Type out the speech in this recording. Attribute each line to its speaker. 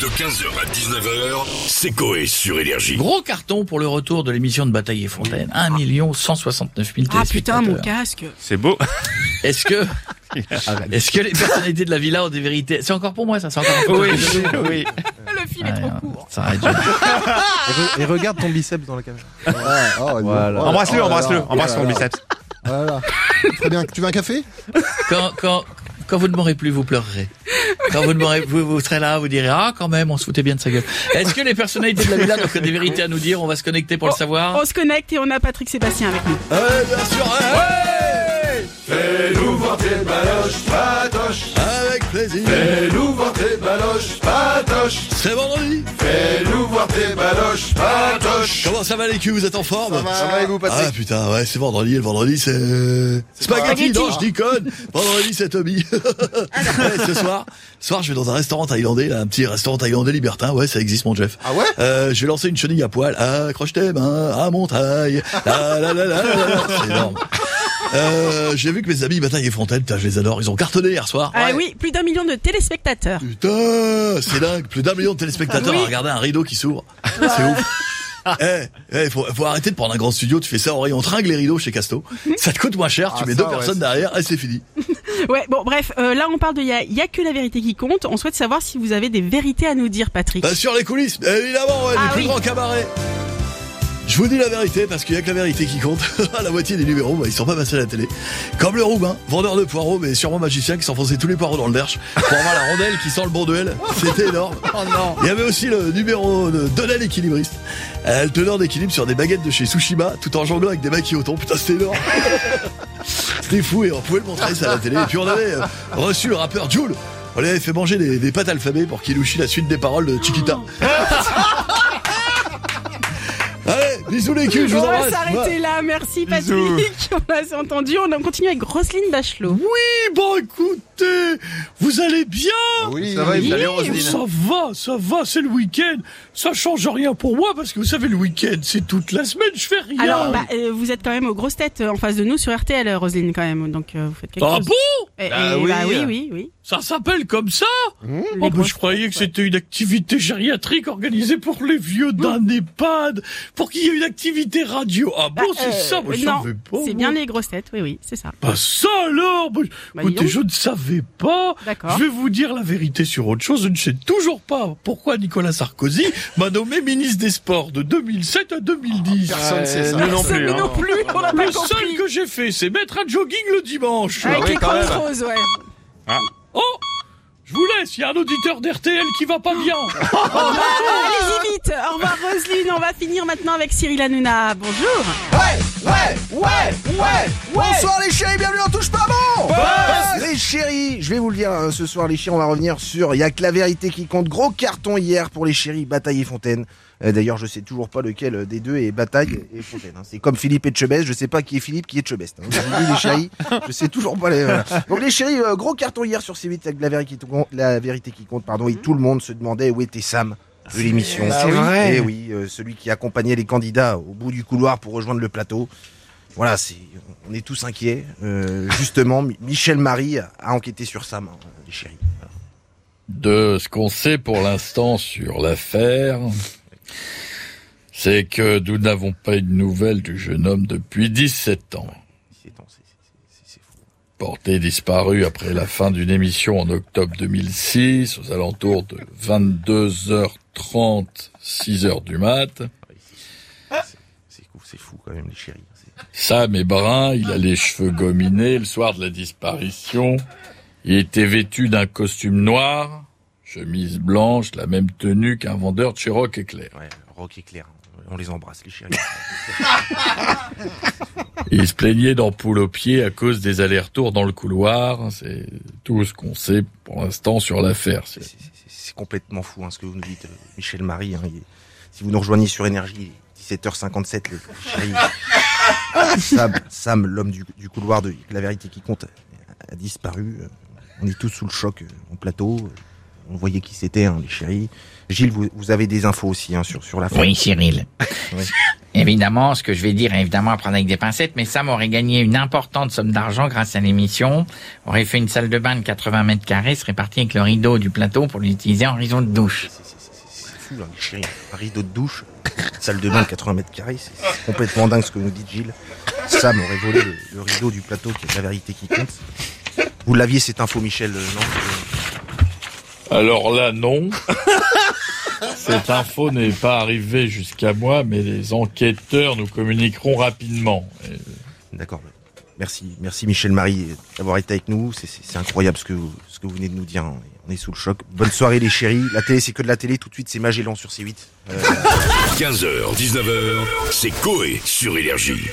Speaker 1: De 15h à 19h, c'est Coé sur Énergie.
Speaker 2: Gros carton pour le retour de l'émission de Bataille et Fontaine. 1 million 169 000
Speaker 3: Ah putain, mon
Speaker 2: téléspectateurs.
Speaker 3: casque.
Speaker 4: C'est beau.
Speaker 2: Est-ce que, est-ce que les personnalités de la villa ont des vérités? C'est encore pour moi, ça, c'est encore pour
Speaker 4: Oui,
Speaker 2: moi.
Speaker 4: oui.
Speaker 3: Le fil est trop court.
Speaker 2: Ça arrête jamais.
Speaker 5: Et, re- et regarde ton biceps dans la caméra.
Speaker 6: Ah, Voilà.
Speaker 4: Embrasse-le, embrasse-le, embrasse
Speaker 6: ton
Speaker 4: ton biceps.
Speaker 6: Oh Voilà. Très bien. Tu veux un café
Speaker 2: Quand, quand, quand vous ne m'aurez plus, vous pleurerez. Quand vous ne m'aurez, vous, vous serez là, vous direz, ah, quand même, on se foutait bien de sa gueule. Est-ce que les personnalités de la villa ont des vérités à nous dire? On va se connecter pour le savoir.
Speaker 3: On se connecte et on a Patrick Sébastien avec nous.
Speaker 2: Eh bien sûr, eh,
Speaker 7: Fais-nous voir tes baloches, patoches.
Speaker 2: avec plaisir.
Speaker 7: Fais-nous voir tes baloches, patoches.
Speaker 2: C'est vendredi.
Speaker 7: Fais-nous voir tes baloches, patoches.
Speaker 2: Comment ça va les culs Vous êtes en forme
Speaker 6: Ça va et vous,
Speaker 2: Ah putain, ouais, c'est vendredi, et le vendredi c'est... euh, Spaghetti, non, je dis conne Vendredi c'est Tommy Ouais, Ce soir, ce soir je vais dans un restaurant thaïlandais, là, un petit restaurant thaïlandais libertin, ouais ça existe mon Jeff.
Speaker 6: Ah ouais
Speaker 2: Euh, je vais lancer une chenille à poil, accroche tes mains à mon taille, la la la la la la. c'est énorme. Euh, j'ai vu que mes amis Bataille et Fontaine, putain je les adore, ils ont cartonné hier soir.
Speaker 3: Ah oui, plus d'un million de téléspectateurs.
Speaker 2: Mmh. Putain, c'est dingue. Plus d'un million de téléspectateurs à regarder un rideau qui s'ouvre. C'est ouf. Eh, eh, faut, faut arrêter de prendre un grand studio, tu fais ça en rayon, on tringue les rideaux chez Casto. Ça te coûte moins cher, tu
Speaker 6: Ah,
Speaker 2: mets
Speaker 6: ça,
Speaker 2: deux
Speaker 6: ouais,
Speaker 2: personnes
Speaker 6: c'est-
Speaker 2: derrière et c'est fini.
Speaker 3: Ouais, bon, bref, euh, là on parle de il n'y a, que la vérité qui compte. On souhaite savoir si vous avez des vérités à nous dire, Patrick.
Speaker 2: Bah, sur les coulisses, évidemment, ouais,
Speaker 3: Ah
Speaker 2: les plus
Speaker 3: oui.
Speaker 2: grands cabarets. Je vous dis la vérité parce qu'il y a que la vérité qui compte. la moitié des numéros, bah, ils sont pas passés à la télé. Comme le Roumain, vendeur de poireaux, mais sûrement magicien qui s'enfonçait tous les poireaux dans le derche pour avoir la rondelle qui sent le bon duel. C'était énorme.
Speaker 3: Oh
Speaker 2: Il y avait aussi le numéro de Donald équilibriste. Euh, le teneur d'équilibre sur des baguettes de chez Sushima tout en jonglant avec des maquis au thon. Putain, c'était énorme. C'était fou et on pouvait le montrer ça à la télé. Et puis on avait euh, reçu le rappeur Jules. On lui avait fait manger des, des pâtes alphabet pour qu'il louchit la suite des paroles de Chiquita. Allez, bisous les culs, je vous
Speaker 3: on va
Speaker 2: embrasse.
Speaker 3: s'arrêter là, merci Patrick. On a entendu, on continue avec Roselyne Bachelot.
Speaker 2: Oui, hein. bon Eh ben, écoutez, vous allez bien
Speaker 6: Oui.
Speaker 5: Ça va, il fallait
Speaker 2: Oui,
Speaker 5: Roselyne.
Speaker 2: ça va, ça va, c'est le week-end. Ça change rien pour moi parce que vous savez, le week-end, c'est toute la semaine, je fais rien.
Speaker 3: Alors, bah, euh, vous êtes quand même aux grosses têtes euh, en face de nous sur RTL, euh, Roselyne, quand même. Donc, euh, vous faites quelque
Speaker 2: ah
Speaker 3: chose.
Speaker 2: bon
Speaker 3: Eh, eh,
Speaker 5: Ah
Speaker 3: bah,
Speaker 5: oui.
Speaker 3: oui, oui, oui.
Speaker 2: Ça s'appelle comme ça
Speaker 3: Les
Speaker 2: Oh, bah,
Speaker 3: grosses
Speaker 2: je croyais
Speaker 3: têtes,
Speaker 2: que c'était une activité gériatrique organisée pour les vieux
Speaker 3: Mmh.
Speaker 2: d'un EHPAD, pour qu'il y ait une activité radio. Ah bon,
Speaker 3: Bah,
Speaker 2: c'est
Speaker 3: euh,
Speaker 2: ça Moi, je
Speaker 3: non,
Speaker 2: savais pas.
Speaker 3: C'est
Speaker 2: moi.
Speaker 3: bien les grosses têtes, oui, oui, c'est ça.
Speaker 2: Bah, ça alors Bah,
Speaker 3: Bah, dis
Speaker 2: Écoutez,
Speaker 3: donc.
Speaker 2: je ne savais pas.
Speaker 3: D'accord.
Speaker 2: Je vais vous dire la vérité sur autre chose. Je ne sais toujours pas pourquoi Nicolas Sarkozy m'a nommé ministre des Sports de 2007 à 2010.
Speaker 5: Personne sait ça.
Speaker 4: Nous non
Speaker 3: Ça,
Speaker 4: plus.
Speaker 3: nous Ah, non
Speaker 4: hein.
Speaker 3: plus, on n'a pas
Speaker 2: le seul
Speaker 3: compris.
Speaker 2: que j'ai fait, c'est mettre un jogging le dimanche.
Speaker 3: Avec les
Speaker 5: quand
Speaker 3: grosses
Speaker 5: même.
Speaker 3: roses, ouais.
Speaker 2: Oh Je vous laisse, il y a un auditeur d'RTL qui va pas bien.
Speaker 3: Bah, Allez-y vite. Au revoir Roselyne. On va finir maintenant avec Cyril Hanouna. Bonjour.
Speaker 6: Bonsoir les chéris, bienvenue en touche pas bon Boss Les chéris, je vais vous le dire, hein, ce soir les chéris, on va revenir sur Il y a que la vérité qui compte. Gros carton hier pour les chéris Bataille et Fontaine. Euh, D'ailleurs, je sais toujours pas lequel euh, des deux est Bataille et Fontaine. hein. C'est comme Philippe et Chebest, je sais pas qui est Philippe, qui est Chebest. hein. Je vous le dis, les chéris, je sais toujours pas les. voilà. Donc les chéris, euh, gros carton hier sur C8 avec la vérité qui compte, la vérité qui compte pardon, et tout le monde se demandait où était Sam de l'émission.
Speaker 5: C'est
Speaker 6: Eh oui,
Speaker 5: vrai.
Speaker 6: eh oui, euh, celui qui accompagnait les candidats au bout du couloir pour rejoindre le plateau voilà, c'est, on est tous inquiets. Euh, justement, Mi- Michel Marie a enquêté sur Sam, hein, les chéris.
Speaker 8: de ce qu'on sait pour l'instant sur l'affaire, c'est que nous n'avons pas eu de nouvelles du jeune homme depuis 17 ans.
Speaker 6: C'est, c'est, c'est, c'est fou.
Speaker 8: Porté disparu après la fin d'une émission en octobre 2006, aux alentours de 22h30, 6h du mat.
Speaker 6: C'est fou, c'est fou quand même, les chéris. C'est-
Speaker 8: Sam est brun, il a les cheveux gominés. Le soir de la disparition, il était vêtu d'un costume noir, chemise blanche, la même tenue qu'un vendeur de chez Rock Éclair.
Speaker 6: Ouais, Rock et Claire, on les embrasse, les chéris.
Speaker 8: Il se plaignait d'ampoule au pied à cause des allers-retours dans le couloir. C'est tout ce qu'on sait pour l'instant sur l'affaire.
Speaker 6: C'est,
Speaker 8: C'est-
Speaker 6: c'est- c'est- c'est complètement fou hein, ce que vous nous dites, euh, Michel Marie. hein, il est- si vous nous rejoignez sur Énergie, 17h57, les chéris. Sam, Sam, l'homme du, du couloir de La vérité qui compte, a disparu. Euh, On est tous sous le choc euh, en plateau. euh, on voyait qui c'était, hein, les chéris. Gilles, vous, vous avez des infos aussi hein, sur, sur la fin.
Speaker 4: Oui, Cyril.
Speaker 6: Oui.
Speaker 4: Évidemment, ce que je vais dire, évidemment, à prendre avec des pincettes, mais Sam aurait gagné une importante somme d'argent grâce à l'émission, aurait fait une salle de bain de 80 mètres carrés, serait parti avec le rideau du plateau pour l'utiliser en raison de douche.
Speaker 6: C'est fou, hein, les chéris. Un rideau de douche, une salle de bain de 80 mètres carrés, c'est c'est complètement dingue ce que nous dit Gilles. Sam aurait volé le, le rideau du plateau, qui est la vérité qui compte. Vous l'aviez cette info, Michel, euh, non
Speaker 8: Alors là, non. Cette info n'est pas arrivée jusqu'à moi, mais les enquêteurs nous communiqueront rapidement. Et
Speaker 6: D'accord. bah, Merci, merci Michel Marie d'avoir été avec nous. C'est- C'est c'est incroyable ce que, vous, ce que vous venez de nous dire. hein. On est sous le choc. Bonne soirée les chéris. La télé, c'est que de la télé. Tout de suite, c'est Magellan sur C8.
Speaker 1: 15h, 19h, c'est Coé sur Énergie.